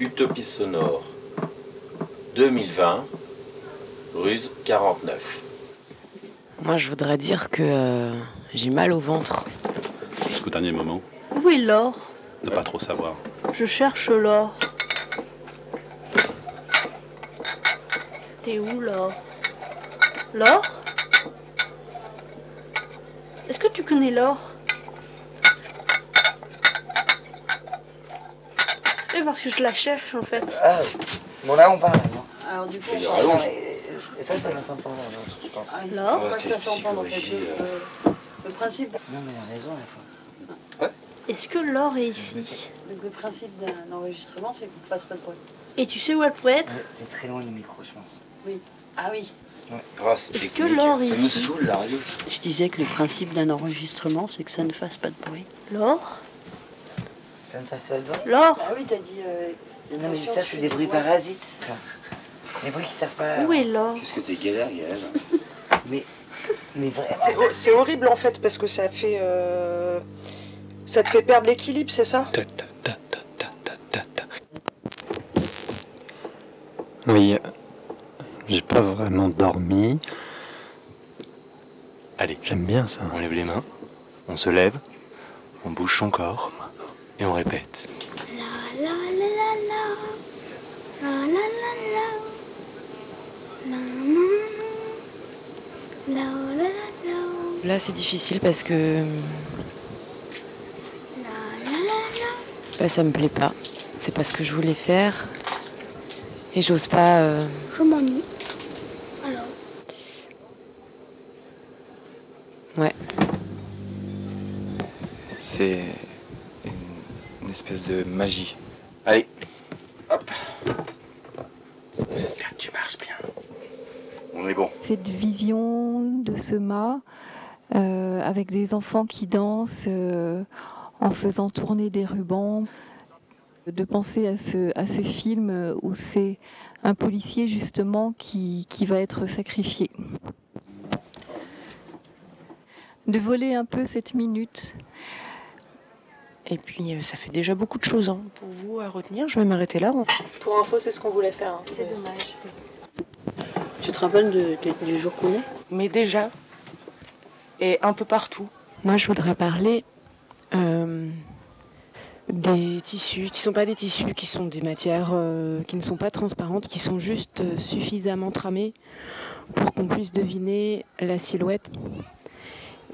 Utopie sonore 2020, ruse 49. Moi, je voudrais dire que euh, j'ai mal au ventre. Jusqu'au dernier moment, Où est l'or ne pas trop savoir. Je cherche l'or. T'es où l'or L'or Est-ce que tu connais l'or Eh parce que je la cherche en fait. Ah, bon là on parle. hein. Alors du coup, Il y on a rallonge. change. Et ça, ça va s'entendre dans le truc, je pense. Ah, L'or faut pas que ça s'entende en fait. Psychologie, euh. Le, le principe, Non, mais elle a raison, la fois. Est-ce que l'or est ici donc, le principe d'un enregistrement, c'est qu'on ne fasse pas de bruit. Et tu sais où elle peut être Ouais, T'es très loin du micro, je pense. Ah oui. Ah, c'est Est-ce que technique. l'or est Ça me ici saoule la radio. Je disais que le principe d'un enregistrement, c'est que ça ne fasse pas de bruit. L'or Ça ne passe pas de bruit L'or Ah oui, t'as dit. euh, Non, mais attention, ça, tu c'est fais des bruits ouais. parasites, ça. Des bruits qui servent pas. à- Où est l'or Qu'est-ce que t'es galère, Gaël Mais. Mais vrai. C'est ho- C'est horrible en fait parce que ça fait. euh, Ça te fait perdre l'équilibre, c'est ça Ta, ta, ta, ta, ta, ta, ta, ta. Oui, euh, j'ai pas vraiment dormi. Allez, J'aime bien ça. on lève les mains, on se lève, on bouge son corps et on répète. Là, c'est difficile parce que. Bah, ça me plaît pas. C'est pas ce que je voulais faire. Et j'ose pas. euh, Je m'ennuie. Alors. C'est une, une espèce de magie. Allez, hop. J'espère que tu marches bien. On est bon. cette vision de ce mât euh, avec des enfants qui dansent euh, en faisant tourner des rubans, de penser à ce, à ce film euh, où c'est un policier justement qui, qui va être sacrifié. De voler un peu cette minute. Et puis, euh, ça fait déjà beaucoup de choses hein, pour vous à retenir. Je vais m'arrêter là. Pour info, c'est ce qu'on voulait faire. hein. C'est dommage. Tu te rappelles de- de- du jour qu'on est Mais déjà, et un peu partout. Moi, je voudrais parler euh, des tissus qui sont pas des tissus, qui sont des matières euh, qui ne sont pas transparentes, qui sont juste euh, suffisamment tramées pour qu'on puisse deviner la silhouette.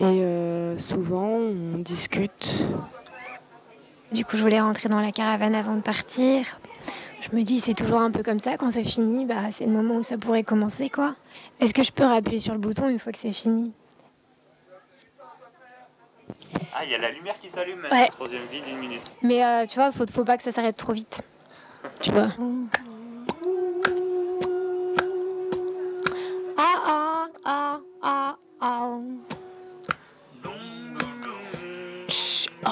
Et euh, souvent, on discute. Du coup, je voulais rentrer dans la caravane avant de partir. Je me dis, c'est toujours un peu comme ça. Quand c'est fini, bah, c'est le moment où ça pourrait commencer, quoi. Est-ce que je peux rappuyer sur le bouton une fois que c'est fini Ah, il y a la lumière qui s'allume maintenant, Ouais. Troisième vie d'une minute. Mais euh, tu vois, faut, faut pas que ça s'arrête trop vite. Tu vois. Ah ah ah ah ah. Chut, oh,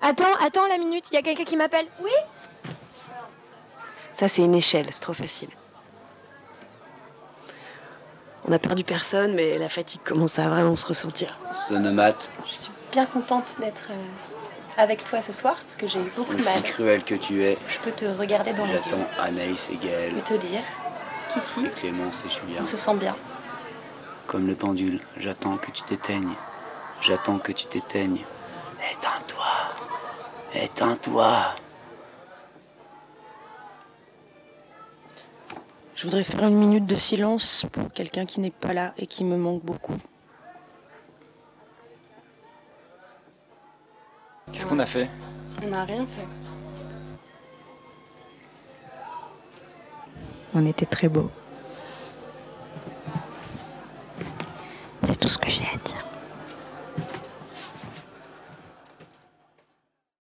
Attends, attends la minute, il y a quelqu'un qui m'appelle. Oui Ça, c'est une échelle, c'est trop facile. On n'a perdu personne, mais la fatigue commence à vraiment se ressentir. Sonomate, Je suis bien contente d'être euh, avec toi ce soir parce que j'ai eu beaucoup aussi cruel que tu es, Bah. Je peux te regarder j'attends Anaïs et Gaël, te dire qu'ici, et Clémence et Julien. sent bien. Comme le pendule, j'attends que tu t'éteignes. J'attends que tu t'éteignes. Éteins-toi. Éteins-toi. Je voudrais faire une minute de silence pour quelqu'un qui n'est pas là et qui me manque beaucoup. Qu'est-ce qu'on a fait On n'a rien fait. On était très beaux. C'est tout ce que j'ai à dire.